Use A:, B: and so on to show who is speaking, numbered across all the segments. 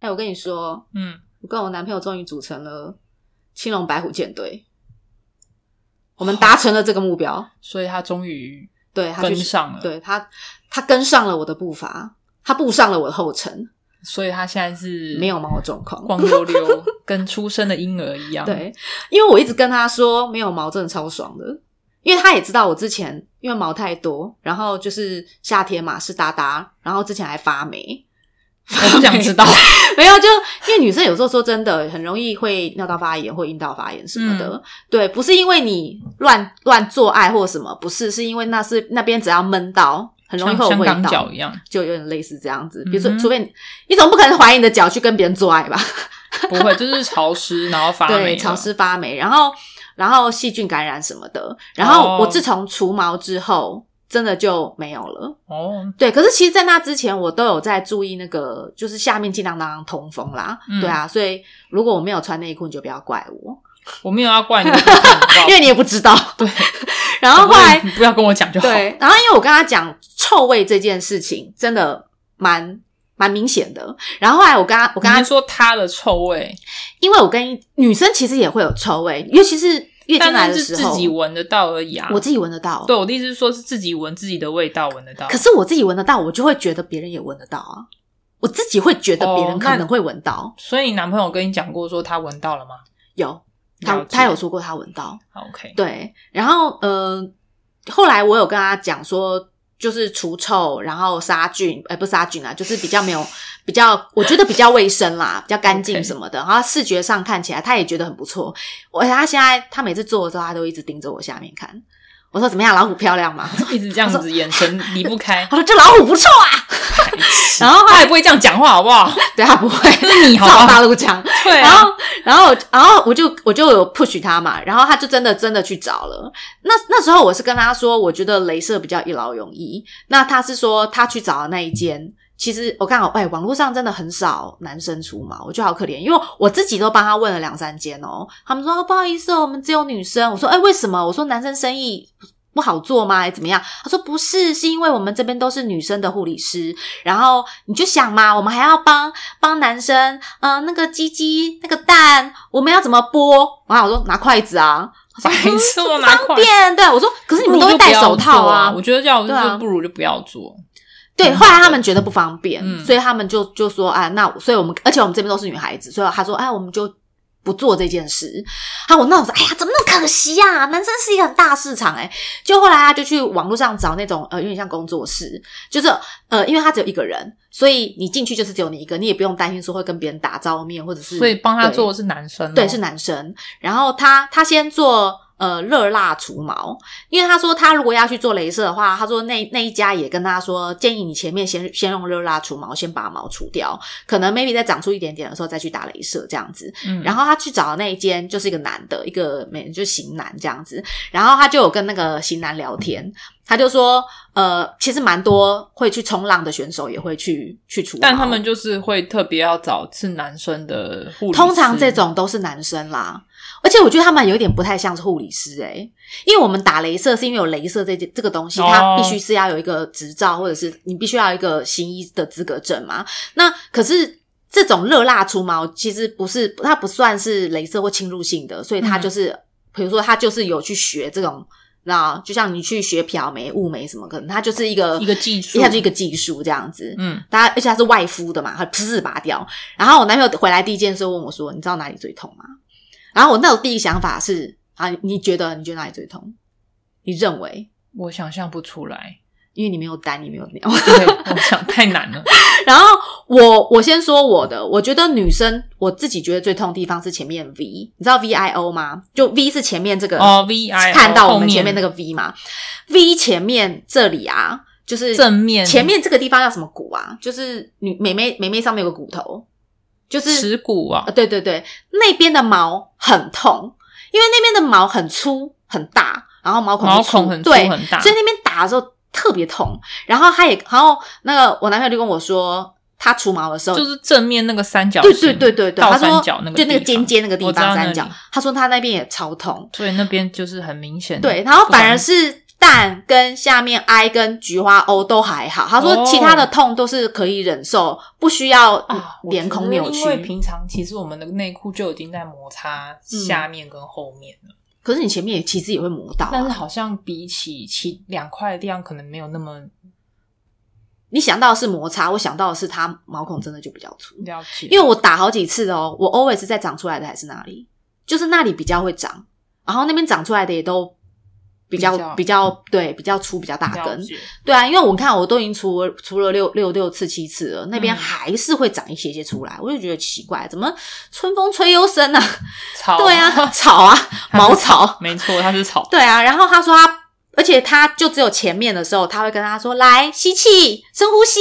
A: 哎、我跟你说，
B: 嗯，
A: 我跟我男朋友终于组成了青龙白虎舰队，我们达成了这个目标。
B: 所以他终于
A: 对他去
B: 跟上了，，
A: 对他，他跟上了我的步伐，他步上了我的后尘，
B: 所以他现在是
A: 没有毛状况。
B: 光溜溜， 跟出生的婴儿一样。，
A: 对，因为我一直跟他说没有毛真的超爽的，因为他也知道我之前因为毛太多，然后就是夏天嘛湿哒哒，然后之前还发霉，
B: 我不想 知道。
A: 没有就因为女生有时候说真的很容易会尿道发炎或阴道发炎什么的，
B: 嗯
A: 对，不是因为你乱乱做爱或什么，不是，是因为那是那边只要闷到很容易
B: 像
A: 会有
B: 香
A: 味
B: 港
A: 道
B: 脚。一样，
A: 就有点类似这样子，比如说，
B: 嗯哼
A: 除非你你总不可能怀疑你的脚去跟别人做爱吧？
B: 不会，就是潮湿，然后发霉
A: 对，
B: 了，
A: 潮湿发霉，然后然后细菌感染什么的。然后
B: 哦
A: 我自从除毛之后，真的就没有了。
B: 哦，
A: 对，可是其实，在那之前，我都有在注意那个，就是下面尽量让它通风啦。
B: 嗯
A: 对啊，所以如果我没有穿内裤，你就不要怪我，
B: 我没有要怪你，我只是看不 到
A: 因为你也不知道。
B: 对，
A: 然后后来
B: 你不要跟我讲就好。
A: 对，然后因为我跟他讲臭味这件事情，真的蛮蛮明显的。然后后来我跟他，我
B: 我
A: 跟他
B: 刚才，说它的臭味，
A: 因为我跟女生其实也会有臭味，尤其是月经来
B: 但
A: 的
B: 是
A: 时
B: 是
A: 候，
B: 自己闻得到而已啊。
A: 我自己闻得到。
B: 对我的意思是说，是自己闻自己的味道闻得到。
A: 可是我自己闻得到，我就会觉得别人也闻得到啊。我自己会觉得别人
B: 哦
A: 可能
B: 那
A: 会闻到，
B: 所以你男朋友跟你讲过说他闻到了吗
A: 有他
B: 了解
A: 他有说过他闻到，
B: ？OK，
A: 对。然后呃，后来我有跟他讲说，就是除臭，然后杀菌，哎、不是杀菌啊，就是比较没有比较，我觉得比较卫生啦，比较干净
B: OK
A: 什么的。然后视觉上看起来他也觉得很不错。我他现在他每次做的时候，他都一直盯着我下面看。我说怎么样，老虎漂亮吗？
B: 一直这样子，眼神离不开。
A: 他说这老虎不错啊， 然后
B: 他也不会这样讲话，好不好？
A: 对他不会，
B: 是 你好不
A: 照
B: 好
A: 大陆腔。
B: 对
A: 然
B: 啊，
A: 后，然后，然后我就我就有 push 他嘛，然后他就真的真的去找了。那那时候我是跟他说，我觉得镭射比较一劳永逸。那他是说他去找的那一间，其实我看好，哎，网络上真的很少男生除毛，我觉得好可怜，因为我自己都帮他问了两三间哦，他们说、哦不好意思、哦，我们只有女生。我说哎，为什么？我说男生生意。不好做吗？还哎是怎么样？他说不是，是因为我们这边都是女生的护理师，然后你就想嘛，我们还要帮帮男生，嗯、那个鸡鸡那个蛋，我们要怎么剥？然后我说拿筷子啊，他
B: 白
A: 说嗯
B: 痴，我
A: 不
B: 拿
A: 方
B: 筷。
A: 便。对，我说可是你们都会戴手套
B: 不如就不要做啊！
A: 啊
B: 我。觉得要
A: 对啊
B: 就不如就不要做。
A: 对，
B: 嗯
A: 后来他们觉得不方便，
B: 嗯
A: 所以他们就就说啊，那我所以我们而且我们这边都是女孩子，所以他说哎，我们就。不做这件事，啊，我那我说，哎呀，怎么那么可惜啊？男生是一个很大市场、哎，就后来他就去网络上找那种呃，有点像工作室，就是呃，因为他只有一个人，所以你进去就是只有你一个，你也不用担心说会跟别人打照面或者是
B: 所以帮他
A: 对
B: 做的是男生哦，
A: 对，是男生。然后他他先做呃热辣除毛，因为他说他如果要去做镭射的话，他说那那一家也跟他说建议你前面先先用热辣除毛，先把毛除掉，可能 maybe 再长出一点点的时候再去打镭射这样子。
B: 嗯。
A: 然后他去找的那一间就是一个男的，一个美就是型男这样子，然后他就有跟那个型男聊天，他就说呃其实蛮多会去冲浪的选手也会去去除毛，
B: 但他们就是会特别要找是男生的护理师，
A: 通常这种都是男生啦，而且我觉得他们有点不太像是护理师诶、因为我们打镭射是因为有镭射这件这个东西，
B: 哦
A: 它必须是要有一个执照，或者是你必须要有一个行医的资格证嘛。那可是这种热蜡除毛其实不是，它不算是镭射或侵入性的，所以它
B: 嗯
A: 就是，比如说它就是有去学这种。那就像你去学漂眉、雾眉什么，可能它就是一个
B: 一个技术
A: 它就一个技术这样子。
B: 嗯，
A: 大家而且它是外敷的嘛，它噗拔掉。然后我男朋友回来第一件事问我说：“你知道哪里最痛吗？”然后我那时候第一想法是：“啊，你觉得你觉得哪里最痛？你认为？
B: 我想象不出 来，
A: 因为你没有胆，你没有尿。
B: 对，我想太难了。”
A: 然后我我先说我的，我觉得女生我自己觉得最痛的地方是前面 V，你知道 V I O 吗？就 V 是前面这个
B: 哦，V I
A: 看到我
B: 后
A: 们前面那个 V 嘛，V 前面这里啊，就是
B: 正面
A: 前面这个地方叫什么骨啊？就是女美眉美眉上面有个骨头，就是
B: 耻骨啊
A: 啊，，对对对，那边的毛很痛，因为那边的毛很粗很大，然后毛孔
B: 毛
A: 很粗
B: 孔很粗
A: 对
B: 很大
A: 所以那边打的时候特别痛。然后他也，然后那个我男朋友就跟我说，他除毛的时候
B: 就是正面那个三角
A: 对
B: 形
A: 呃对对对对，
B: 倒
A: 他
B: 三
A: 说
B: 角那个
A: 就那个
B: 地
A: 尖，
B: 方
A: 尖那个地
B: 我知道
A: 方
B: 那
A: 三角
B: 里，
A: 他说他那边也超痛，
B: 所以那边就是很明显。
A: 对，然后
B: 不
A: 反
B: 然
A: 而是。蛋跟下面 I 跟菊花 O 都还好，他说
B: 哦
A: 其他的痛都是可以忍受，不需要嗯
B: 啊，我
A: 脸孔扭
B: 觉得
A: 曲
B: 因。为平常其实我们的内裤就已经在摩擦下面跟后面了，
A: 可是你前面也其实也会磨到啊、
B: 但是好像比起其两块的地方，可能没有那么
A: 你想到的是摩擦，我想到的是它毛孔真的就比较粗，
B: 了解，
A: 因
B: 为
A: 为我打好几次哦，我 always 在长出来的还是那里，就是那里比较会长，然后那边长出来的也都比较
B: 比较
A: 比较对比较粗比较大
B: 了
A: 根，
B: 解，
A: 对啊，因为我看我都已经除了除了六六六次七次了，那边
B: 嗯
A: 还是会长一些些出来，我就觉得奇怪，怎么春风吹又生啊？
B: 草
A: 对啊，草 啊，毛草，
B: 没错，它是 草，
A: 对啊。然后他说他，而且他就只有前面的时候，他会跟他说来吸气，深呼吸，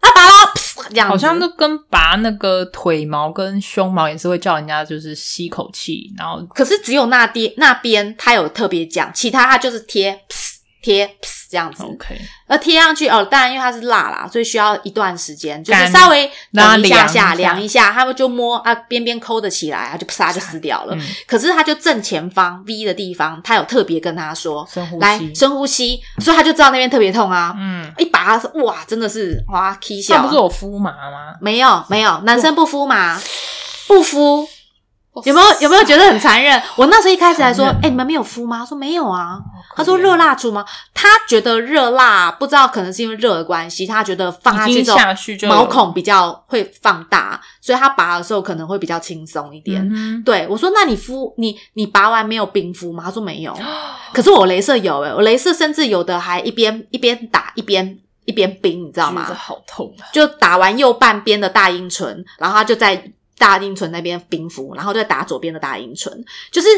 A: 啊拔啦，噗 这样子
B: 好像就跟拔那个腿毛跟胸毛也是会叫人家就是吸口气，然后
A: 可是只有那边那边他有特别讲，其他他就是贴噗贴噗这样子，
B: OK，
A: 而贴上去哦，当然因为它是蜡啦，所以需要一段时间，就是
B: 干
A: 稍微
B: 让它
A: 等一下下
B: 凉一下
A: 凉一下，它们就摸啊边边抠得起来，啊它就啪就撕掉了。
B: 嗯，
A: 可是它就正前方 V 的地方，他有特别跟他说
B: 深呼
A: 来
B: 吸，
A: 深呼吸，所以他就知道那边特别痛啊。
B: 嗯，
A: 一拔哇，真的是哇 K 笑、
B: 它不是有敷麻吗？
A: 没有没有，男生不敷嘛，不敷。有没有有没有觉得很残忍？我那时候一开始还说，
B: 残
A: 哎、
B: 忍
A: 你们没有敷吗？他说没有啊。
B: 好可怜？
A: 他说热蜡烛吗？他觉得热蜡不知道，可能是因为热的关系，他觉得放下
B: 已
A: 去
B: 经
A: 之后
B: 下去就有
A: 毛孔比较会放大，所以他拔的时候可能会比较轻松一点。
B: 嗯
A: 对我说：“那你敷你你拔完没有冰敷吗？”他说没
B: 哦
A: 有，可是我镭射有欸诶、我镭射甚至有的还一边一边打一边一边冰，你知道
B: 觉得
A: 吗？
B: 好痛啊！
A: 就打完右半边的大阴唇，然后他就在大阴唇那边冰敷，然后再打左边的大阴唇。就是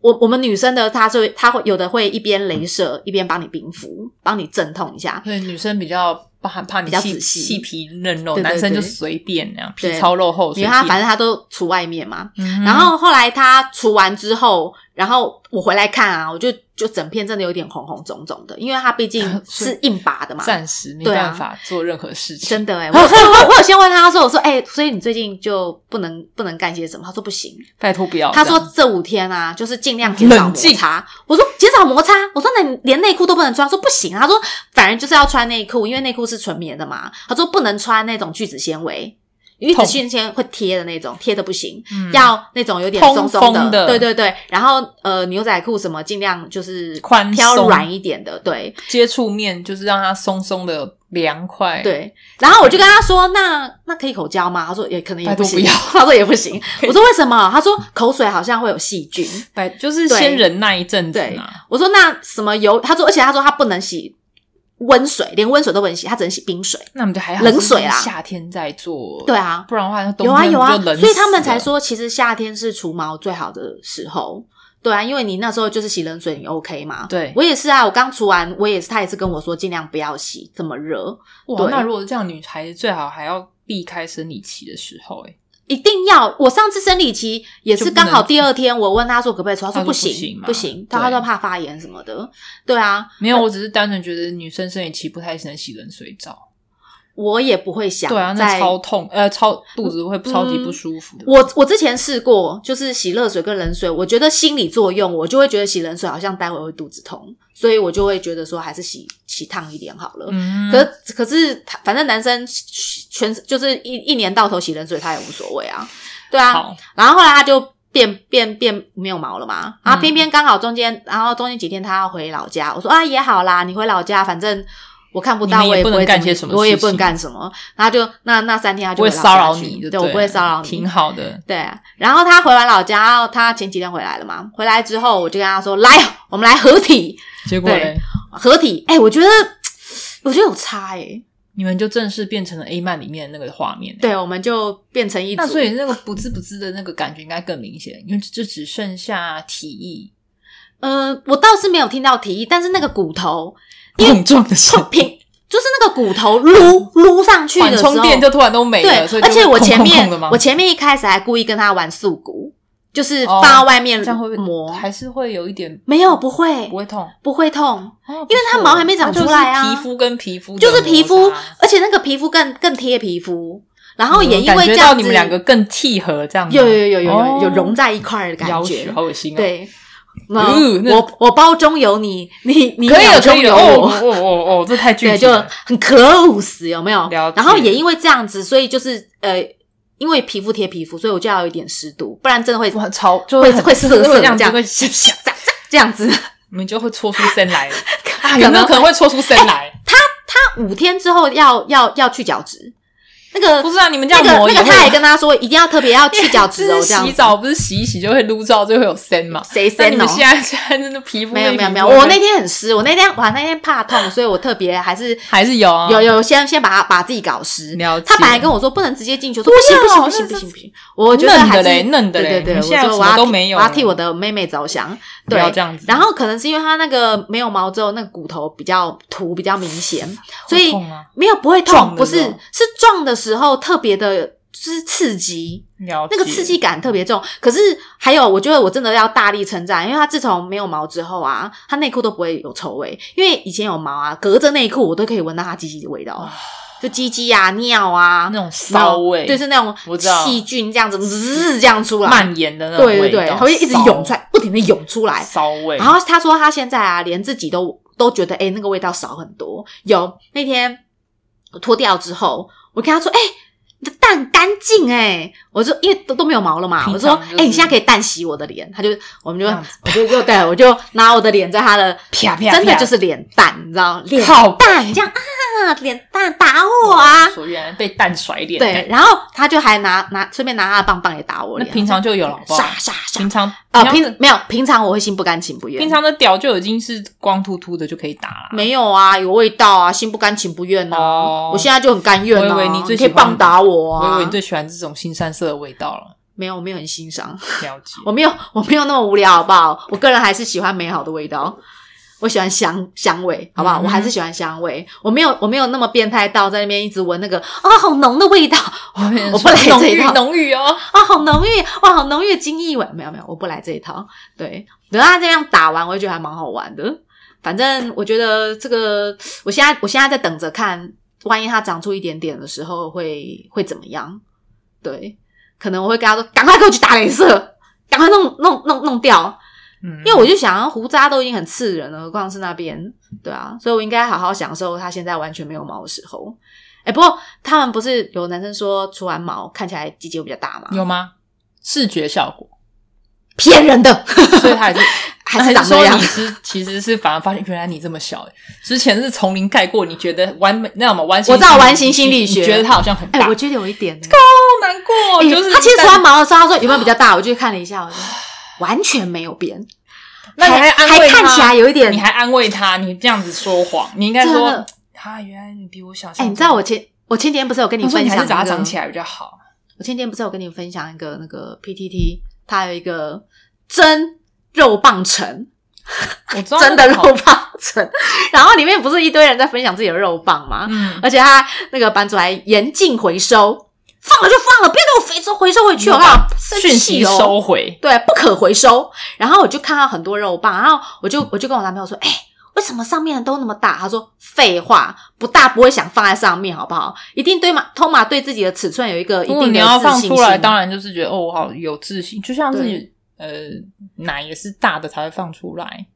A: 我我们女生的，她是她会有的会一边镭射一边帮你冰敷，帮你镇痛一下。
B: 所以女生比较怕怕你
A: 比较
B: 细
A: 仔细
B: 细皮嫩肉，
A: 对对
B: 男生就
A: 对
B: 随便那样皮
A: 对
B: 糙肉厚，
A: 因
B: 随
A: 为
B: 便。
A: 她反正她都除外面嘛，
B: 嗯
A: 然后后来他除完之后，然后我回来看啊，我就就整片真的有点红红肿肿的，因为它毕竟 是硬拔的嘛。
B: 暂时没
A: 对啊
B: 办法做任何事情，
A: 真的哎、欸，我我我有 先问他说，我说哎、欸所以你最近就不能不能干些什么？他说不行，
B: 拜托不要这
A: 他
B: 样。
A: 说这五天啊，就是尽量减少
B: 冷
A: 摩
B: 静
A: 擦。我说减少摩擦，我说那你连内裤都不能穿，他说不行啊。他说反正就是要穿内裤，因为内裤是纯棉的嘛。他说不能穿那种聚酯纤维，因为聚
B: 痛
A: 酯纤维会贴的那种，贴的不行。
B: 嗯
A: 要那种有点松松
B: 通风的
A: 对对对。然后呃，牛仔裤什么尽量就是
B: 宽松
A: 挑软一点的，对
B: 接触面就是让它松松的凉快，，
A: 对。然后我就跟他说：“那那可以口交吗？”他说：“也可能也
B: 拜托
A: 行。
B: 不要
A: 他说：“也不 行。”我说：“为什么？”他说：“口水好像会有细菌。
B: 拜就是
A: 对
B: 先忍耐一阵子
A: 对
B: 嘛，”
A: 我说：“那什么油？”他说：“而且他说他不能洗温水，连温水都不能洗，他只能洗冰水。
B: 那我们就还好，
A: 冷水啦
B: 就是夏天再”做，
A: 对，啊，
B: 不然的话，冬
A: 有啊
B: 天
A: 有啊
B: 就冷，死
A: 所以他们才
B: 了
A: 说，其实夏天是除毛最好的时候。对啊，因为你那时候就是洗冷水，你 OK 嘛？
B: 对
A: 我也是啊，我刚除完，我也是，他也是跟我说尽量不要洗，这么热，
B: 哇，
A: 对
B: 那如果是这样，女孩子最好还要避开生理期的时候，哎，
A: 一定要。我上次生理期也是
B: 就不
A: 刚
B: 能
A: 好第二天，我问他说可不可以除，他
B: 他
A: 说
B: 说
A: 不
B: 不
A: 行
B: 行，嘛
A: 不行，他他
B: 对
A: 说怕发炎什么的。对啊，
B: 没有，我只是单纯觉得女生生理期不太能洗冷水澡，
A: 我也不会想
B: 对啊，那
A: 在嗯
B: 超痛，呃，超肚子会超级不舒服的。
A: 我我之前试过，就是洗热水跟冷水，我觉得心理作用，我就会觉得洗冷水好像待会会肚子痛，所以我就会觉得说还是洗洗烫一点好了。
B: 嗯，
A: 可可是他，反正男生全就是一一年到头洗冷水，他也无所谓啊，对啊。
B: 好，
A: 然后后来他就变变变没有毛了嘛，然后
B: 嗯
A: 偏偏刚好中间，然后中间几天他要回老家，我说啊也好啦，你回老家，反正我看不到，
B: 你
A: 我
B: 们也
A: 不
B: 不
A: 会
B: 能干
A: 怎么
B: 些什么
A: 我也
B: 事
A: 不能
B: 情
A: 干什么。然后就那那三天他就
B: 不会
A: 回老
B: 骚
A: 家
B: 扰
A: 去
B: 你就
A: 对
B: 对
A: 我不会
B: 了
A: 骚扰你，
B: 挺好的。
A: 对啊，然后他回完老家，然后他前几天回来了嘛，回来之后我就跟他说：“来，我们来合体，
B: 结果
A: 对
B: 嘞，
A: 合体。哎，我觉得，我觉得有差哎、
B: 你们就正式变成了 A 漫里面的那个画面，哎
A: 对，我们就变成一组。
B: 那所以那个不滋不滋的那个感觉应该更明显，因为就只剩下体液
A: 呃，我倒是没有听到提议，但是那个骨头
B: 碰撞的时
A: 就
B: 候，
A: 平，就是那个骨头撸撸上去
B: 缓
A: 的时候，
B: 冲垫就突然都没
A: 对
B: 了，所，以
A: 而且我
B: 就会空
A: 前
B: 空
A: 面
B: 空的吗
A: 我前面一开始还故意跟他玩素骨，就是
B: 哦
A: 放到外面
B: 这样会不会
A: 磨，
B: 还是会有一点
A: 没有不会
B: 不会痛，啊
A: 不会痛。
B: 因
A: 因为它毛还没长出来啊
B: 哦皮肤跟皮肤的
A: 就是皮肤
B: 摩擦，
A: 而且那个皮肤更更贴皮肤，然后也
B: 嗯
A: 因为
B: 感
A: 这
B: 觉
A: 样
B: 到
A: 子，
B: 你们两个更契合，这样吗
A: 有有有有有有
B: 哦
A: 融在一好的感
B: 要
A: 觉
B: 死，好恶心哦，
A: 对。
B: 嗯那
A: 我我包中有你，你你
B: 可以
A: 脑
B: 了，可
A: 中
B: 以
A: 有
B: 了，
A: 我。
B: 哦哦哦哦，这太具
A: 对，
B: 体
A: 就
B: 了。
A: 很 close，有没有
B: 了？解
A: 然后也因为这样子，所以就是呃，因为皮肤贴皮肤，所以我就要有一点湿度，不然真的会
B: 哇，潮就
A: 会
B: 很
A: 会
B: 就是
A: 涩涩
B: 这样
A: 这
B: 子
A: 样
B: 会，
A: 这样子。
B: 你们就会搓出声 来了。啊，
A: 可
B: 有没有
A: 能
B: 可能会搓出声来？
A: 他五天之后要要要去角质，那个
B: 不是啊，你们这
A: 那
B: 样
A: 个
B: 磨
A: 那
B: 也
A: 个，他还
B: 会。
A: 跟他说一定要特别要去角质
B: 就
A: 哦，
B: 是
A: 这样
B: 洗
A: 子
B: 澡不是洗一洗就会撸到，就会有声嘛。
A: 谁
B: 那你
A: 先
B: 们
A: 哦？
B: 现在现在真的皮 肤
A: 没有没
B: 对皮
A: 有
B: 肤
A: 没有，
B: 会
A: 我那天很湿，我那天我那天怕痛，所以我特别还是
B: 还是有啊
A: 有有先先把它把自己搞湿。
B: 了解。
A: 他本来跟我说不能直接进球，说不
B: 不
A: 行
B: 要啊
A: 不行不行
B: 那
A: 不
B: 是
A: 行不行，我觉得
B: 嫩的
A: 还
B: 嘞
A: 是
B: 嫩的嘞
A: 对对对，
B: 你
A: 我
B: 现在
A: 说
B: 什
A: 我
B: 么
A: 要
B: 都
A: 替
B: 没有
A: 我要
B: 了
A: 替我的妹妹着想，
B: 不要
A: 对
B: 这。样子，
A: 然后可能是因为她那个没有毛之后，那个骨头比较凸比较明显，所
B: 会
A: 以
B: 痛啊
A: 没有不会
B: 撞
A: 痛，
B: 的
A: 不是
B: 时候
A: 是撞的时候特别的，就是刺激，
B: 了解
A: 那个刺激感特别重。可是还有，我觉得我真的要大力称赞，因为她自从没有毛之后啊，她内裤都不会有臭味，因为以前有毛啊，隔着内裤我都可以闻到她鸡鸡的味道
B: 啊，
A: 就鸡鸡啊、尿啊
B: 那种骚味，
A: 就是那种
B: 我知道
A: 细菌这样子滋这样出来，
B: 蔓延的那种
A: 对对
B: 味
A: 对，
B: 道
A: 它会一直
B: 骚
A: 涌出来，不停的涌出来。
B: 骚味，
A: 然后他说他现在啊，连自己都都觉得哎、诶那个味道少很多。有那天我脱掉之后，我跟他说，哎、你的蛋干净哎，我说因为都都没有毛了嘛，
B: 平
A: 我说
B: 常
A: 哎、
B: 就是
A: 诶你现在可以蛋洗我的脸，他就我们就
B: 这样子
A: 我就就对我就拿我的脸在他的
B: 啪啪
A: 真的
B: 啪
A: 就是脸蛋，你知道脸
B: 靠背
A: 蛋这样啊，脸蛋打我啊，
B: 所以原来被蛋甩脸，
A: 对，，然后他就还拿拿顺便拿他的棒棒也打我
B: 那
A: 脸，
B: 平常就有了，好不好
A: 傻？傻傻
B: 平常
A: 啊，平没有平常我会心不甘情不愿，
B: 平常的屌就已经是光秃秃的就可以打了，
A: 没有啊，有味道啊，心不甘情不愿啊。
B: 哦
A: 我现在就很甘愿啊，
B: 我以为你最
A: 可以
B: 喜欢
A: 棒打我啊。
B: 我以为你最喜欢这种新三色的味道了，
A: 没有，我没有很欣赏，
B: 了解。
A: 我没 有，我没有那么无聊，好不好？我个人还是喜欢美好的味道，我喜欢香香味，好不好？
B: 嗯
A: 我还是喜欢香味，我没有，我没有那么变态到在那边一直闻那个啊，好浓的味道，我不来
B: 浓
A: 这一
B: 郁
A: 套
B: 浓郁哦，
A: 啊，好浓郁，哇，好浓郁的精益味，没有没有，我不来这一套。对，等到他这样打完，我就觉得还蛮好玩的。反正我觉得这个，我现在我现在在等着看，万一它长出一点点的时候会会怎么样？对，可能我会跟他说，赶快给我去打镭射，赶快弄弄弄弄掉，
B: 嗯，
A: 因为我就想要胡渣都已经很刺人了，何况是那边，对啊，所以我应该好好享受它现在完全没有毛的时候。哎、不过他们不是有男生说除完毛看起来鸡鸡会比较大吗？
B: 有吗？视觉效 果，
A: 骗人的，
B: 所以它还是
A: 还是长那
B: 说
A: 样
B: 你。是其实是反而发现原来你这么小，欸之前是丛林盖过，你觉得完美那什么完形，
A: 我知道完形心理学
B: 你觉得它好像很
A: 哎、
B: 大，
A: 我觉得有一点呢、
B: 好难过，
A: 哎
B: 就是
A: 他其实
B: 但
A: 穿毛的时候，他说有没有比较大，我就去看了一下，我说完全没有变，
B: 那你
A: 还
B: 安慰他
A: 还看起来有一点
B: 你还安慰他，你这样子说谎，你应该
A: 真
B: 说
A: 的
B: 啊，原来你比我想
A: 哎、
B: 象中。
A: 你知道我前我前几天不是有跟
B: 你
A: 你
B: 说
A: 分
B: 你还
A: 享、那
B: 是
A: 个、
B: 把它长起来比 较好，
A: 我前几天不是有跟你分享一个那个 PTT，它有一个真肉棒城，
B: 我知道
A: 真的
B: 那个
A: 肉
B: 好
A: 棒城， 然后里面不是一堆人在分享自己的肉棒吗？
B: 嗯，
A: 而且他那个版主还严禁回收，放了就放了，不要给我回收回收回去好不好？生气
B: 讯息
A: 哦
B: 收回，
A: 对，不可回收。然后我就看到很多肉棒，然后我就我就跟我男朋友说，哎、为什么上面的都那么大？他说：“废话，不大不会想放在上面，好不好？一定对嘛，偷马对自己的尺寸有一个一
B: 如果
A: 定
B: 你
A: 的
B: 要
A: 自
B: 放
A: 信
B: 出来，
A: 心。
B: 当然就是觉得哦，我好有自信，就像是
A: 对
B: 呃奶也是大的才会放出来，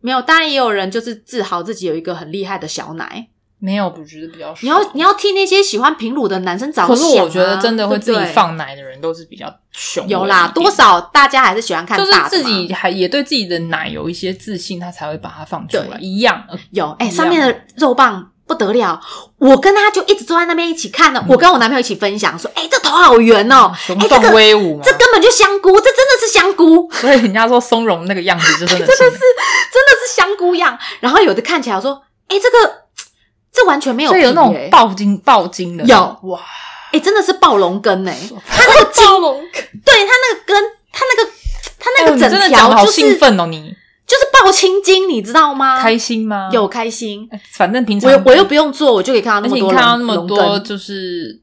A: 没有，当然也有人就是自豪自己有一个很厉害的小奶。
B: 没有，我觉得比较少
A: 你要你要替那些喜欢平乳的男生着想、啊。
B: 可是我觉得真的会自己
A: 对不对
B: 放奶的人都是比较凶，
A: 有啦，多。少大家还是喜欢看
B: 就
A: 大
B: 是
A: 的嘛
B: 自己还也对自己的奶有一些自信，他才会把它放出来。
A: 对
B: 一 样，呃
A: 有，哎、
B: 一样
A: 上面的肉棒不得了，我跟他就一直坐在那边一起看呢、
B: 嗯
A: 我跟我男朋友一起分享说，哎、这头好圆哦、
B: 雄
A: 哎、这
B: 壮
A: 个
B: 威武嘛。
A: 这根本就香菇，这真的是香 菇，
B: 所以人家说松茸那个样子就真的是，
A: 真的哎是香菇样。然后有的看起来说，哎、这个这完全没有
B: 所
A: 皮、
B: 以
A: 欸，
B: 有那种爆金爆金的，
A: 有
B: 哇，
A: 哎、真的是暴龙 根哎、
B: 他那个金龙，
A: 对它那个根，它那个它那
B: 哎
A: 个
B: 你真
A: 整
B: 的讲得
A: 条
B: 好
A: 就是、
B: 兴奋哦，你
A: 就是爆青筋，你知道吗？
B: 开心吗？
A: 有，开心，
B: 哎反正平常
A: 我又我又不用做，我就可以看到
B: 而
A: 那
B: 且
A: 么
B: 你
A: 多
B: 看到那
A: 龙
B: 么
A: 龙
B: 多，
A: 根
B: 就是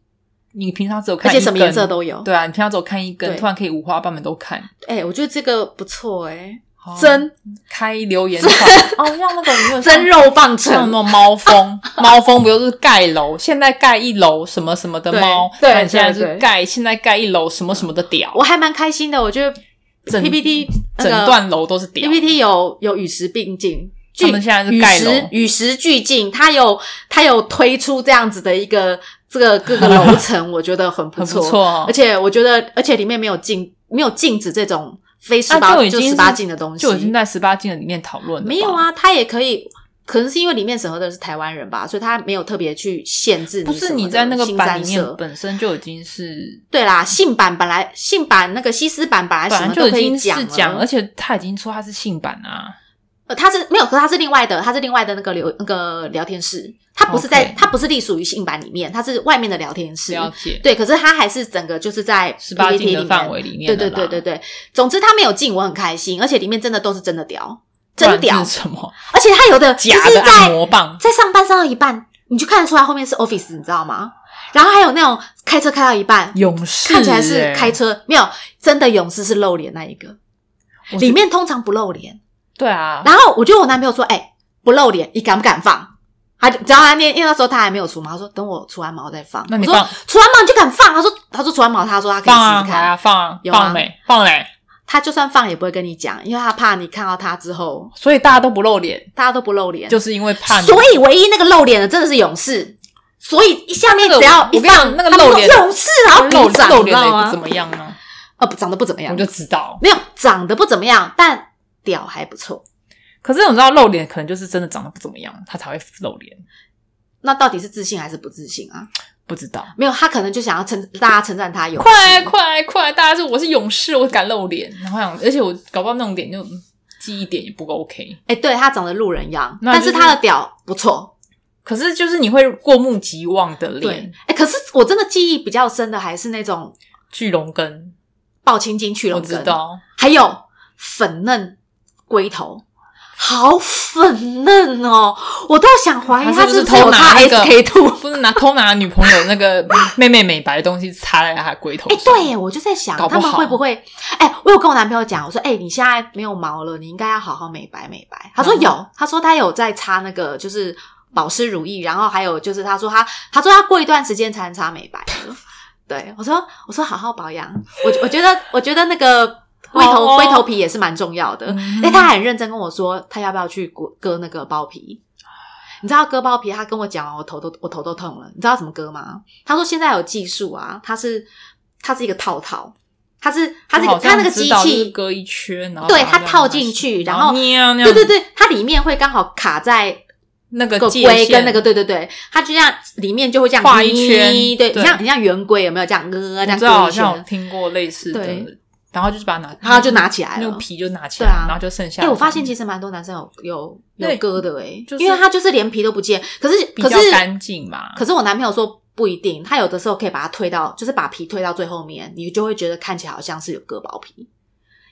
B: 你平常只有
A: 而
B: 看一
A: 且
B: 根，
A: 什么颜色都有。
B: 对啊，你平常只有看一根，
A: 对
B: 突然可以五花八门都看，
A: 哎、我觉得这个不错哎、
B: 哦
A: 真
B: 开留言窗哦，让那 个有没有
A: 真肉棒
B: 像那
A: 城，
B: 种猫风， 猫风不就是盖楼？现在盖一楼什么什么的猫，
A: 对对
B: 那你现在是
A: 对
B: 盖现在盖一楼什么什么的屌
A: 我，还蛮开心的。我觉得
B: 整
A: PPT 那个
B: 整段楼都是屌。
A: PPT 有有与时并进，
B: 他
A: 巨
B: 们现在是
A: 与
B: 盖
A: 时
B: 楼
A: 与时俱进，它有它有推出这样子的一个这个各个楼层， 我觉得很不
B: 很
A: 错，
B: 不错哦
A: 而且我觉得，而且里面没有禁没有禁止这种非十八、
B: 那啊就已
A: 就
B: 经
A: 十
B: 是
A: 八禁的东西，
B: 就已经在十八禁的里面讨论了。
A: 没有，啊，它也可以。可能是因为里面审核的是台湾人吧，所以他没有特别去限制
B: 不
A: 什
B: 是
A: 么
B: 你
A: 的
B: 在那个
A: 新
B: 版
A: 三
B: 里面
A: 色
B: 本身就已经是，
A: 对啦，性版本来性版那个西施版本来
B: 本
A: 哎什
B: 来
A: 么
B: 就
A: 都
B: 已
A: 可以
B: 经是
A: 讲
B: 讲，
A: 了
B: 而且他已经说他是性版啊，
A: 呃，它是没有，可是它是另外的，它是另外的那个聊那个聊天室，它不是在
B: 哦 OK
A: 它不是隶属于性版里面，它是外面的聊天室。
B: 了解，
A: 对，可是它还是整个就是在
B: 十八
A: PPT
B: 禁的
A: 里面
B: 范。围里面
A: 对
B: 的
A: 对
B: 啦，
A: 对对对，总之它没有禁，我很开心，而且里面真的都是真的屌，真
B: 不
A: 屌
B: 然是，什么
A: 而且它有的就
B: 假
A: 是
B: 的按
A: 在
B: 摩棒，
A: 在上班上到一半，你就看得出来后面是 office，你知道吗？然后还有那种开车开到一半，
B: 勇士
A: 看起来是
B: 欸
A: 开车没有真的勇士是露脸那一个，
B: 我觉
A: 里面通常不露脸。
B: 对啊，
A: 然后我就问我男朋友说：“哎、不露脸，你敢不敢放？”他就只要他念，因为那时候他还没有除毛，他说等我除完毛再放。
B: 那你
A: 我说
B: 放
A: 除完毛你就敢放？他说他说除完毛，他说他可以
B: 放
A: 试
B: 啊
A: 试
B: 来
A: 看。
B: 啊放啊
A: 有啊
B: 放没放嘞，
A: 他就算放也不会跟你讲，因为他怕你看到他之后
B: 所以大家都不露脸，
A: 大家都不露脸。
B: 就是因为怕你
A: 所以唯一那个露脸的真的是勇士，所以下面只要
B: 那个
A: 一
B: 我我跟你
A: 放
B: 讲那个
A: 他们说
B: 露脸
A: 勇士，然后
B: 露
A: 鼓掌
B: 露
A: 你
B: 脸
A: 知道
B: 的也不怎
A: 吗？
B: 么样啊，
A: 呃，不长得不怎么
B: 我
A: 啊样
B: 就，知道。
A: 没有长得不怎么样，但屌还不错。
B: 可是我知道露脸可能就是真的长得不怎么样，他才会露脸，
A: 那到底是自信还是不自信啊？
B: 不知道。
A: 没有，他可能就想要称大家称赞他勇士。
B: 快快快！大家说我是勇士，我敢露脸，然后想，而且我搞不好那种脸就嗯记忆点也不够 OK。
A: 哎、对他长得路人样，
B: 那
A: 但
B: 就是
A: 是他的屌不错。
B: 可是就是你会过目即忘的
A: 对
B: 脸，，
A: 哎、可是我真的记忆比较深的还是那种
B: 巨龙根，
A: 抱青筋去
B: 我
A: 龙
B: 知
A: 根，
B: 道。
A: 还有粉嫩龟头，好粉嫩哦，我都想怀疑
B: 他
A: 是
B: 是
A: 哎
B: 不是
A: 不是有
B: 偷拿
A: 擦
B: 那个
A: SK two。
B: 不是拿偷拿女朋友那个妹妹美白的东西插在她的龟头
A: 哎、
B: 上，
A: 对耶，我就在想
B: 搞不
A: 他
B: 好
A: 们会不会？哎、我有跟我男朋友讲，我说，哎、你现在没有毛了，你应该要好好美白美白。他说
B: 嗯
A: 有，他说他有在擦那个就是保湿乳液，然后还有就是他说他他说他过一段时间才能擦美白的。对我说我说好好保养，我我觉得我觉得那个。龟
B: 好
A: 头
B: 哦
A: 龟头皮也是蛮重要的，
B: 嗯
A: 但哎他还很认真跟我说，他要不要去割割那个包皮？你知道割包皮，他跟我讲哦，我头都我头都痛了。你知道怎么割吗？他说现在有技术啊，它是它是一个套套，它是它是一
B: 我
A: 个
B: 好像
A: 它那个
B: 知
A: 机
B: 道就是
A: 器，
B: 割一圈，然后
A: 对
B: 把它
A: 它套进去然后
B: 喵喵，
A: 对对，对，它里面会刚好卡在
B: 那个
A: 个
B: 界限
A: 龟跟那个，对对对，它就这样里面就会这样
B: 画一圈
A: 咦对，你
B: 对
A: 像你像圆规有没有这样呃这
B: 我
A: 样
B: 知道
A: 割
B: 好
A: 一
B: 像有
A: 圈？
B: 听过类似的
A: 对，
B: 然后就是把它拿，
A: 然后就拿起来了
B: 那个皮就拿起来，
A: 对啊
B: 然后就剩下。
A: 哎、我发现其实蛮多男生有有有
B: 对
A: 割的哎、
B: 就是
A: 因为他就是连皮都不见，可是
B: 比
A: 可
B: 较
A: 是
B: 干净嘛，
A: 可是我男朋友说不一定，他有的时候可以把它推到，就是把皮推到最后面，你就会觉得看起来好像是有割包皮，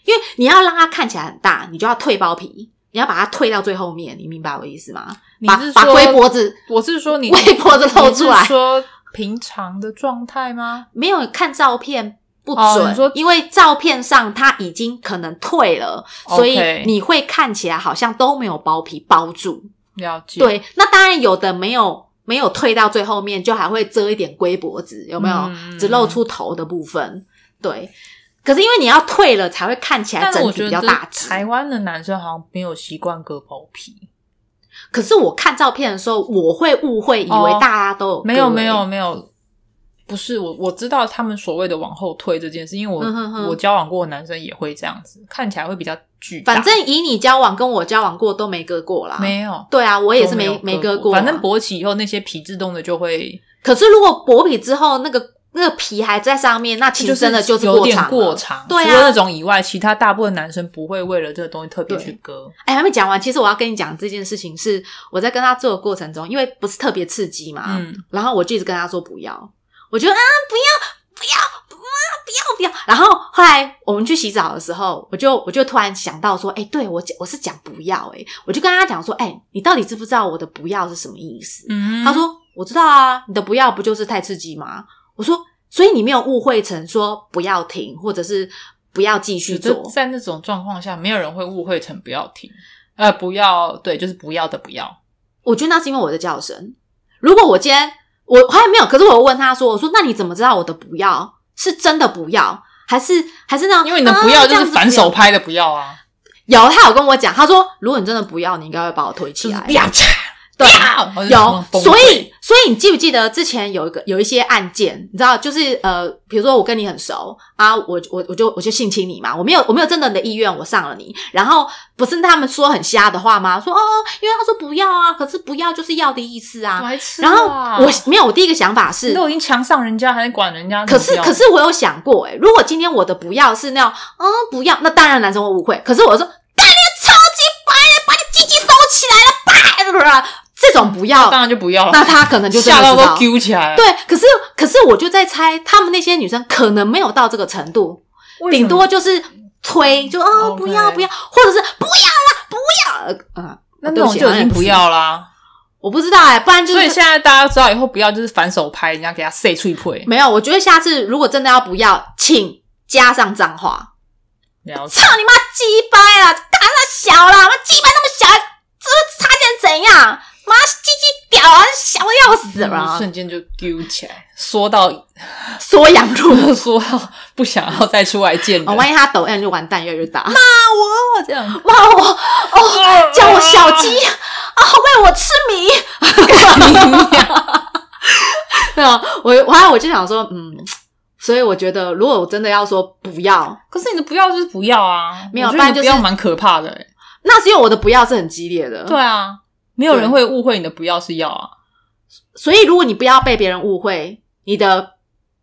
A: 因为你要让它看起来很大，你就要退包皮，你要把它退到最后面，你明白我意思吗？
B: 你
A: 把
B: 是
A: 把
B: 说
A: 龟脖子
B: 我是说你
A: 龟脖子露出
B: 你
A: 来
B: 是，说平常的状态吗？
A: 没有看照片不准，
B: 哦你说
A: 因为照片上它已经可能退了
B: OK
A: 所以你会看起来好像都没有包皮包住。
B: 了解，，
A: 对，那当然有的没有没有退到最后面，就还会遮一点龟脖子，有没有？
B: 嗯
A: 只露出头的部分，对。可是因为你要退了，才会看起来
B: 但是
A: 整
B: 我
A: 体
B: 觉
A: 比
B: 得
A: 较大只。
B: 台湾的男生好像没有习惯割包皮，
A: 可是我看照片的时候，我会误会以为
B: 哦
A: 大家都有、
B: 没有没有，没有，不是我我知道他们所谓的往后退这件事，因为我、
A: 嗯哼哼
B: 我交往过的男生也会这样子，看起来会比较巨大，
A: 反正以你交往跟我交往过都没割过啦。
B: 没有。
A: 对啊，我
B: 我
A: 也是没
B: 没有
A: 割
B: 过，
A: 啊
B: 反正勃起以后那些皮自动的 就会，
A: 可是如果薄皮之后那个那个皮还在上面，那其实
B: 就
A: 真的就是
B: 有点
A: 长了。
B: 过长。
A: 对啊
B: 除了那种以外，其他大部分男生不会为了这个东西特别
A: 对
B: 去割。
A: 哎，还没讲完。其实我要跟你讲这件事情是我在跟他做的过程中，因为不是特别刺激嘛，
B: 嗯
A: 然后我就一直跟他说不要，我觉得啊不要不要不要不要不要。然后后来我们去洗澡的时候，我就我就突然想到说，哎，对我讲我是讲不要、哎，我就跟他讲说，哎，你到底知不知道我的不要是什么意思？
B: 嗯
A: 他说我知道啊，你的不要不就是太刺激吗？我说，所以你没有误会成说不要停，或者是不要继续
B: 觉得
A: 做。
B: 在那种状况下，没有人会误会成不要停，呃，不要对，就是不要的不要。
A: 我觉得那是因为我的叫声。如果我今天我还没有，可是我有问他说：“我说那你怎么知道我的不要是真的不要，还是还是那样？
B: 因为你的
A: 啊
B: 不要就
A: 这样
B: 是
A: 子
B: 反手拍的不要啊，
A: 不要。有，他有跟我讲，他说如果你真的不要，你应该会把我推起
B: 就是
A: 来。
B: 啪
A: 对，啊
B: 啪，我就
A: 有，
B: 崩溃
A: 所以所以你记不记得之前有一个有一些案件，你知道，就是呃，比如说我跟你很熟啊，我我我就我就性侵你嘛，我没有我没有真的你的意愿，我上了你，然后不是他们说很瞎的话吗？说哦，因为他说不要啊，可是不要就是要的意思啊。
B: 白痴啊
A: 然后我没有，我第一个想法是
B: 你，都已经强上人家，还管人家怎
A: 可
B: 么
A: 是
B: 样？
A: 可是我有想过、欸，如果今天我的不要是那样，嗯，不要，那当然男生会误会。可是我说，干你超级白的，把你鸡鸡收起来了，吧，这种不要，
B: 当然就不要了，
A: 那他可能就真
B: 哦吓
A: 的
B: 到
A: 知道
B: 都。揪起来了。
A: 对，可是可是我就在猜，他们那些女生可能没有到这个程度，
B: 为什
A: 顶
B: 么
A: 多就是推，就哦
B: OK
A: 不要不要，或者是不要啦不要，呃，
B: 那那种就已经不要啦。
A: 我不知道哎、不然就
B: 所以
A: 是
B: 现在大家知道以后不要就是反手拍人家，给他塞出一腿。
A: 没有。我觉得下次如果真的要不要，请加上脏话，
B: 了解，
A: 操你妈鸡掰啦，干那小啦，妈鸡掰那么小，这差点怎样？妈鸡鸡屌啊，小的要死了，
B: 瞬间就揪起来，缩到
A: 缩阳路。
B: 缩到不想要再出来见 人。
A: 哦，万一他抖 M 就完蛋，越来越大。
B: 我这样
A: 骂我哦，叫我小鸡啊，喂我吃米。对啊，我我还有我就想说，嗯，所以我觉得，如果我真的要说不要，
B: 可是你的不要就是不要啊，
A: 没有
B: 我
A: 不
B: 觉得
A: 然
B: 你
A: 就
B: 的
A: 是
B: 不要蛮可怕的欸。
A: 那是因为我的不要是很激烈的。
B: 对，啊，没有
A: 对
B: 人会误会你的不要是要啊。
A: 所以如果你不要被别人误会，你的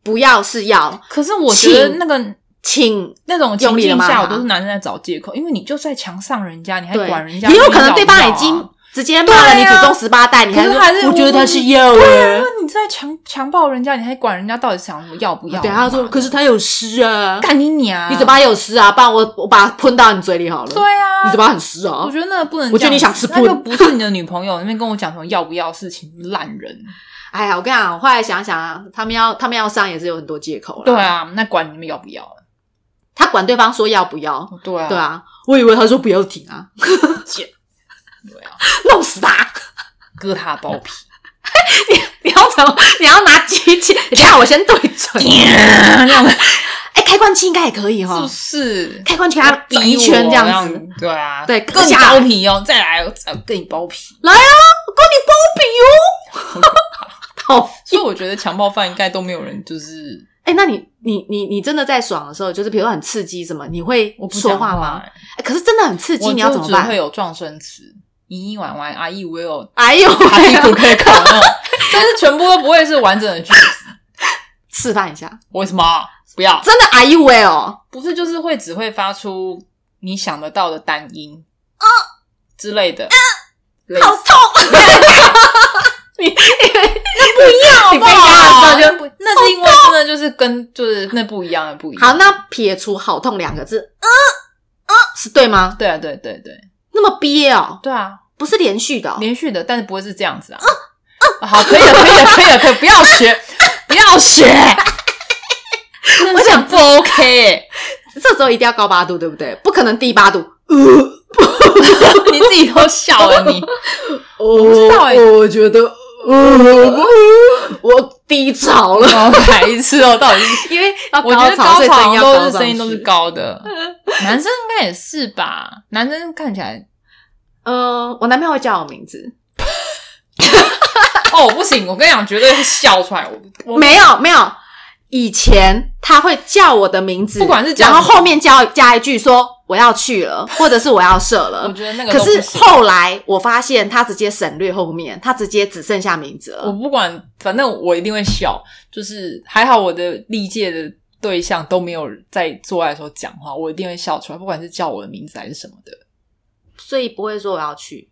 A: 不要是要，
B: 可是我觉得
A: 请
B: 那个
A: 请
B: 那种
A: 用
B: 情
A: 力地
B: 境
A: 骂
B: 下，
A: 他
B: 我都是男生在找借口，因为你就在强上人家，你还
A: 对
B: 哎管人，家，
A: 也有
B: 你
A: 可能
B: 找
A: 对
B: 不
A: 方
B: 到
A: 已
B: 啊
A: 经直接骂了你
B: 对啊
A: 祖宗十八代，你
B: 可是
A: 说
B: 还是
A: 我觉得他是要
B: 对
A: 哎
B: 啊。，你在强强暴人家，你还管人家到底想什么要不要？
A: 对，啊他说，可是他有湿啊，
B: 干你娘！
A: 你嘴巴有湿啊，不然我我把它喷到你嘴里好了。
B: 对啊，
A: 你嘴巴很湿啊
B: 我。觉得那个不能这样子，
A: 我觉得你想吃
B: 那
A: 喷
B: 就不是你的女朋友，那边跟我讲什么要不要事情，烂 人。
A: 哎呀，我跟你讲，我后来想想啊，他们要他们要上也是有很多借口了。
B: 对，啊，那管你们要不要？
A: 他管对方说要不要？
B: 对啊，
A: 对，啊，我以为他说不要停啊，
B: 贱，对啊，
A: 弄死他！
B: 割他的包皮。
A: 你要怎么？你要拿机器？等一下我先对准。
B: 这样
A: 哎，开关器应该也可以
B: 是
A: 哈
B: 不，是？
A: 开关器给他比一圈这样子，
B: 子，对啊，
A: 对
B: 割你
A: 下来
B: 包皮哦，再来，我再跟你包皮。
A: 来啊，我跟你包比 哦。好，
B: 所以我觉得强暴犯应该都没有人就是
A: 哎，那你你你你真的在爽的时候，就是比如说很刺激什么，你会
B: 我不
A: 说
B: 讲话
A: 吗？
B: 欸
A: 哎可是真的很刺激，
B: 我
A: 你要
B: 就
A: 怎么
B: 只
A: 办
B: 会？有撞声词，咿咿歪歪，阿姨 我有
A: 哎呦，
B: 阿姨骨可以考那种，但是全部都不会是完整的句子。
A: 示范一下，
B: 为什么不要？
A: 真的 Are you well？
B: 不是就是会只会发出你想得到的单音
A: 啊
B: 之类的，类似
A: 好
B: 啊
A: 痛！你你
B: 你
A: 被压的时候就
B: 就那是因为真的就是跟就是那不一样的不一样。
A: 好，那撇除“好痛”两个字，嗯嗯，是对吗？
B: 对啊，对对对
A: 那么憋哦，
B: 对啊，
A: 不是连续的哦、
B: 连续的，但是不会是这样子啊。
A: 哦
B: 好，可以了，可以了，可以了，可以不 要学，不要学。我想不 OK 欸
A: 这时候一定要高八度，对不对？不可能低八度。
B: 你自己都笑了你。
A: 我不
B: 知道哎
A: 我觉得。呃我我低潮了，
B: 好白痴哦，到底是
A: 因为要
B: 我觉
A: 高潮，所以声
B: 得高
A: 音
B: 潮
A: 要
B: 都
A: 高
B: 是
A: 上
B: 声音都是
A: 去。
B: 高的，男生应该也是吧？男生看起来
A: 嗯，我男朋友会叫我名字，
B: 哦，不行，我跟你讲，绝对会笑出来。我我
A: 没有没有，以前他会叫我的名字，
B: 不管是叫
A: 然后后面加加一句说我要去了，或者是我要射
B: 我
A: 了。
B: 觉得嗯那个
A: 可
B: 都不
A: 是
B: 行
A: 后来我发现他直接省略后面，他直接只剩下名字
B: 我
A: 了。
B: 不管，反正我一定会笑。就是还好我的历届的对象都没有在做爱的时候讲话，我一定会笑出来，不管是叫我的名字还是什么的，
A: 所以不会说我要去，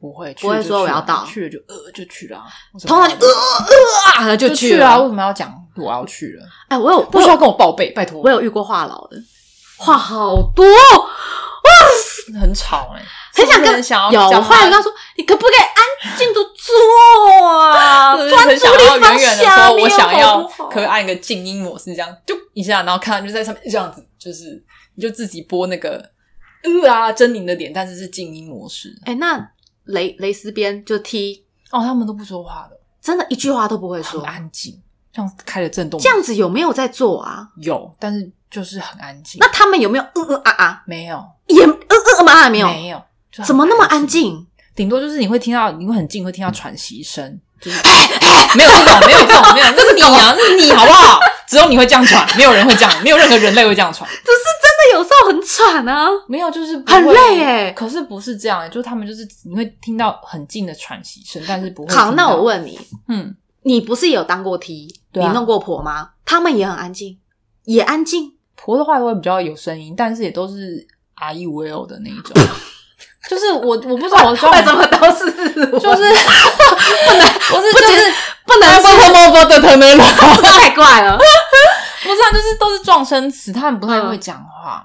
B: 不会
A: 不会
B: 去了就
A: 说我
B: 去了
A: 要到
B: 去了就呃就去了啊，我怎么
A: 通常就呃呃啊就
B: 就
A: 去
B: 去
A: 了
B: 啊，为。什么要讲我要去了？
A: 哎，我有
B: 不
A: 我
B: 需
A: 有
B: 要跟我报备，拜托
A: 我，有遇过话痨的，话好多哦，
B: 很吵哎，
A: 很想
B: 是不是
A: 跟
B: 很想要
A: 有。我
B: 讲
A: 后来
B: 话
A: 跟他说，你可不可以安静的做啊？
B: 就是
A: 专
B: 很
A: 注
B: 想要
A: 力
B: 远
A: 放
B: 远的
A: 下
B: 说，
A: 面
B: 我想
A: 好
B: 要
A: 不好
B: 可以按一个静音模式，这样就一下，然后看到就在上面这样子，就是你就自己播那个呃啊狰狞的脸，但是是静音模式。
A: 哎、那蕾蕾丝边就踢，
B: 哦，他们都不说话的，
A: 真的一句话都不会说
B: 很，安静，像开了震动门
A: 这样子有没有在做啊？
B: 有，但是就是很安静
A: 那。他们有没有呃呃啊啊？
B: 没有，
A: 也呃呃嘛啊没有？
B: 没有，就很
A: 怎么那么安？静？
B: 顶多就是你会听到，你会很近会听到喘息声，就是没有这种，没有这种，没有，这是你啊，这是你好不好？只有你会这样喘，没有人会这样，没有任何人类会这样喘。
A: 可是真的有时候很喘啊。
B: 没有，就是不
A: 很
B: 会
A: 累欸
B: 可是不是这样欸，就是他们就是你会听到很近的喘息声，但是不会。
A: 好，那我，问你，
B: 嗯，
A: 你不是有当过 T，、
B: 对啊
A: 你弄过婆吗？他们也很安静，也安静。
B: 婆的话都会比较有声音，但是也都是 R E V L 的那一种。 就是我，我不知道我的状态
A: 为什么都是就
B: 就是不是
A: 不
B: 就
A: 仅
B: 是啊
A: 不能说
B: homo 的特能了，
A: 太怪了，
B: 不是啊，就是都是撞声词，他们不太会讲
A: 嗯
B: 话，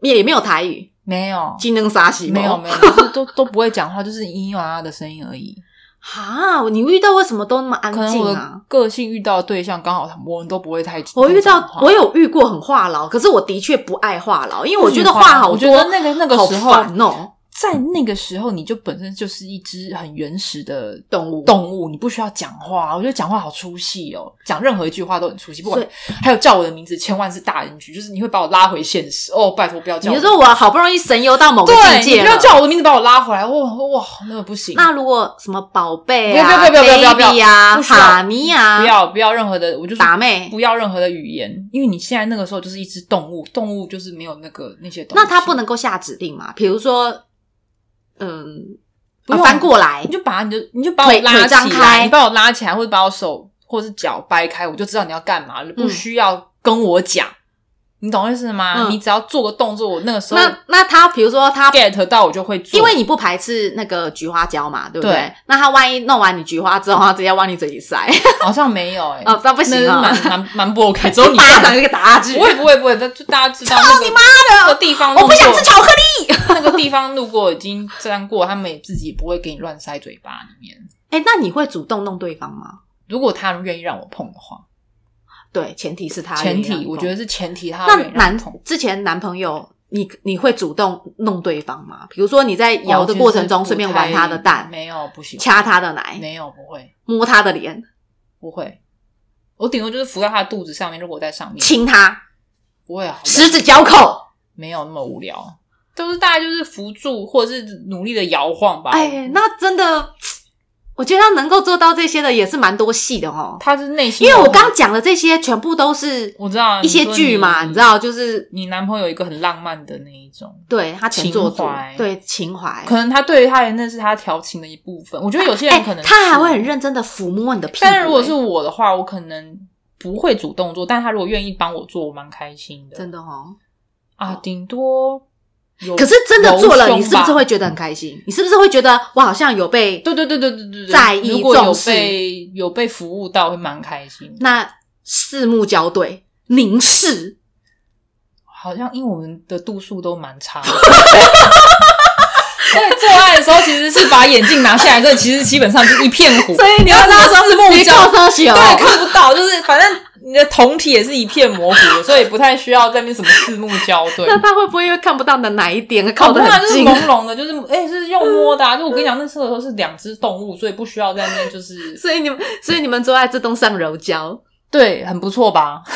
A: 也没有台语，
B: 没有，
A: 技能杀西
B: 没有，没有，就是都 都不会讲话，就是咿咿呀呀的声音而已。
A: 哈，你遇到为什么都那么安
B: 可能
A: 静
B: 我
A: 啊
B: 的？个性遇到的对象刚好他们我们都不会太，
A: 我遇
B: 太讲
A: 到
B: 话
A: 我有遇过很话痨，可是我的确不爱话痨，因为我觉得
B: 不喜欢
A: 话好
B: 我
A: 多，
B: 觉得那个那个时候
A: 好烦哦，
B: 在那个时候，你就本身就是一只很原始的
A: 动物
B: 动物，你不需要讲话。我觉得讲话好出戏哦，讲任何一句话都很出戏。不管
A: 所
B: 还有叫我的名字，千万是大人局，就是你会把我拉回现实。哦，拜托不要叫我
A: 你就
B: 的名字。
A: 说我好不容易神游到某个境
B: 对，你
A: 界
B: 不要
A: 了
B: 叫我的名字把我拉回来。哇哇，那个不行。
A: 那如果什么宝贝啊、
B: 不要不要不要不要不要
A: baby 啊、
B: 不需要
A: 哈尼啊，
B: 不要不要任何的，我就是
A: 打妹
B: 不要任何的语言，因为你现在那个时候就是一只动物，动物就是没有那个那些东西。
A: 那他不能够下指令嘛？比如说，嗯，
B: 不
A: 啊
B: 用
A: 翻过来
B: 你，就把你就你就把我
A: 腿
B: 拉
A: 腿张
B: 起
A: 开
B: 来，你把我拉起来，或者把我手或是脚掰开，我就知道你要干嘛了，不需要跟我讲，你懂我意思吗？
A: 嗯
B: 你只要做个动作，我那个时候
A: 那那他比如说他。
B: get 到我就会做，
A: 因为你不排斥那个菊花胶嘛，对不对？
B: 对
A: 那他万一弄完你菊花之后，他直接往你嘴里 塞，
B: 好像没有哎、
A: 哦，那不
B: 那
A: 行
B: 是
A: 啊！
B: 蛮蛮蛮不 OK，只有
A: 一
B: 你
A: 巴掌就给打下去
B: 不。会不会不会，就大家知道那个你妈的那个地方，
A: 我不想吃巧克力。
B: 那个地方路过已经沾过，他们也自己不会给你乱塞嘴巴里面。
A: 哎、那你会主动弄对方吗？
B: 如果他愿意让我碰的话，
A: 对，前提是他
B: 前
A: 愿意
B: 提
A: 让
B: 我
A: 你
B: 觉得是前提他
A: 碰。
B: 愿
A: 那
B: 意让我
A: 男
B: 碰。
A: 之前男朋友，你你会主动弄对方吗？比如说你在摇
B: 哦
A: 的
B: 其实
A: 过程中
B: 不
A: 顺便
B: 太
A: 玩他的蛋，
B: 没有不喜欢
A: 掐他的奶，
B: 没有不会
A: 摸他的脸，
B: 不会，我顶多就是扶到他的肚子上面，如果我在上面
A: 亲他，
B: 不会啊，好
A: 十指交扣。
B: 没有那么无聊，都是大家就是扶住或者是努力的摇晃吧。
A: 哎，那真的，我觉得他能够做到这些的也是蛮多戏的哦。
B: 他是内心
A: 因
B: 有
A: 为
B: 很，
A: 我刚讲的这些全部都是
B: 我知道
A: 一些剧嘛，你知。
B: 说
A: 道，就是
B: 你男朋友有一个很浪漫的那一种，
A: 对他前作主
B: 情怀，
A: 对情怀，
B: 可能他对于他而言，那是他调情的一部分。我觉得有些人
A: 哎
B: 可能、
A: 他还会很，认真的抚摸你的屁股。
B: 但是如果是
A: 哎
B: 我的话，我可能不会主动做，但他如果愿意帮我做，我蛮开心的。
A: 真的哦，
B: 啊，顶多有
A: 可是真的做了，
B: 揉
A: 你
B: 胸吧
A: 是不是会觉得很开心？你是不是会觉得我好像有被
B: 对对对对对对对
A: 在意
B: 如果有
A: 重视
B: 被有被服务到，会蛮开心的。
A: 那四目交对凝视？
B: 好像因为我们的度数都蛮差 的。所以做爱的时候其实是把眼镜拿下来，这其实基本上就是一片糊，
A: 所以你要
B: 知道四目交
A: 交手
B: 对，看不到，就是反正你的酮体也是一片 模糊的，所以不太需要在那边什么四目交对。
A: 那他会不会因为看不到你的哪一点而 靠
B: 搞
A: 得
B: 不好就
A: 很
B: 是
A: 近？啊
B: 朦胧的，就是哎、就是用摸的、啊。就我跟你讲，那时候是两只动物，所以不需要在那边就是
A: 所以你们，所以你们坐在这栋上柔焦，
B: 对，很不错吧？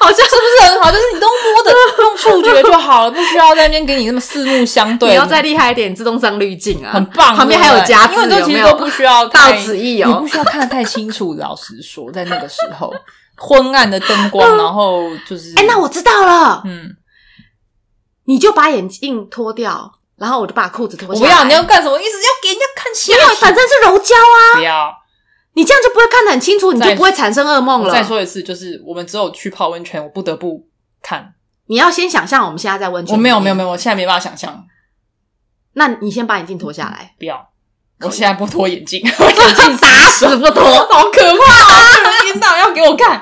A: 好像
B: 是不是很好？就是你都摸 的用触觉就好了，不需要在那边给你那么四目相对。
A: 你要再厉害一点，自动上滤镜啊，
B: 很棒，
A: 旁边还有夹子，
B: 因为都
A: 有
B: 其
A: 没
B: 实
A: 有
B: 都不需要
A: 到
B: 太
A: 此一
B: 你
A: 游
B: 不。需要看得太清 楚。老实说，在那个时候，昏暗的灯光，然后就是
A: 嗯哎、那我知道了，
B: 嗯，
A: 你就把眼镜脱掉，然后我就把裤子脱
B: 我
A: 下
B: 不
A: 来。
B: 要，你要干什么？一直要给人家看下
A: 因为
B: 体，
A: 反正是柔焦啊，
B: 不要。
A: 你这样就不会看得很清楚，你就
B: 再
A: 不会产生噩梦
B: 我
A: 了。
B: 再说一次，就是我们只有去泡温泉，我不得不看。
A: 你要先想象我们现在在温泉，
B: 我没有没有没
A: 有。
B: 有，我现在没办法想象，
A: 那你先把眼镜脱下来，
B: 不要。我 现在不脱眼镜，我眼镜
A: 打死不脱，
B: 好可怕啊！这个编导要给我看，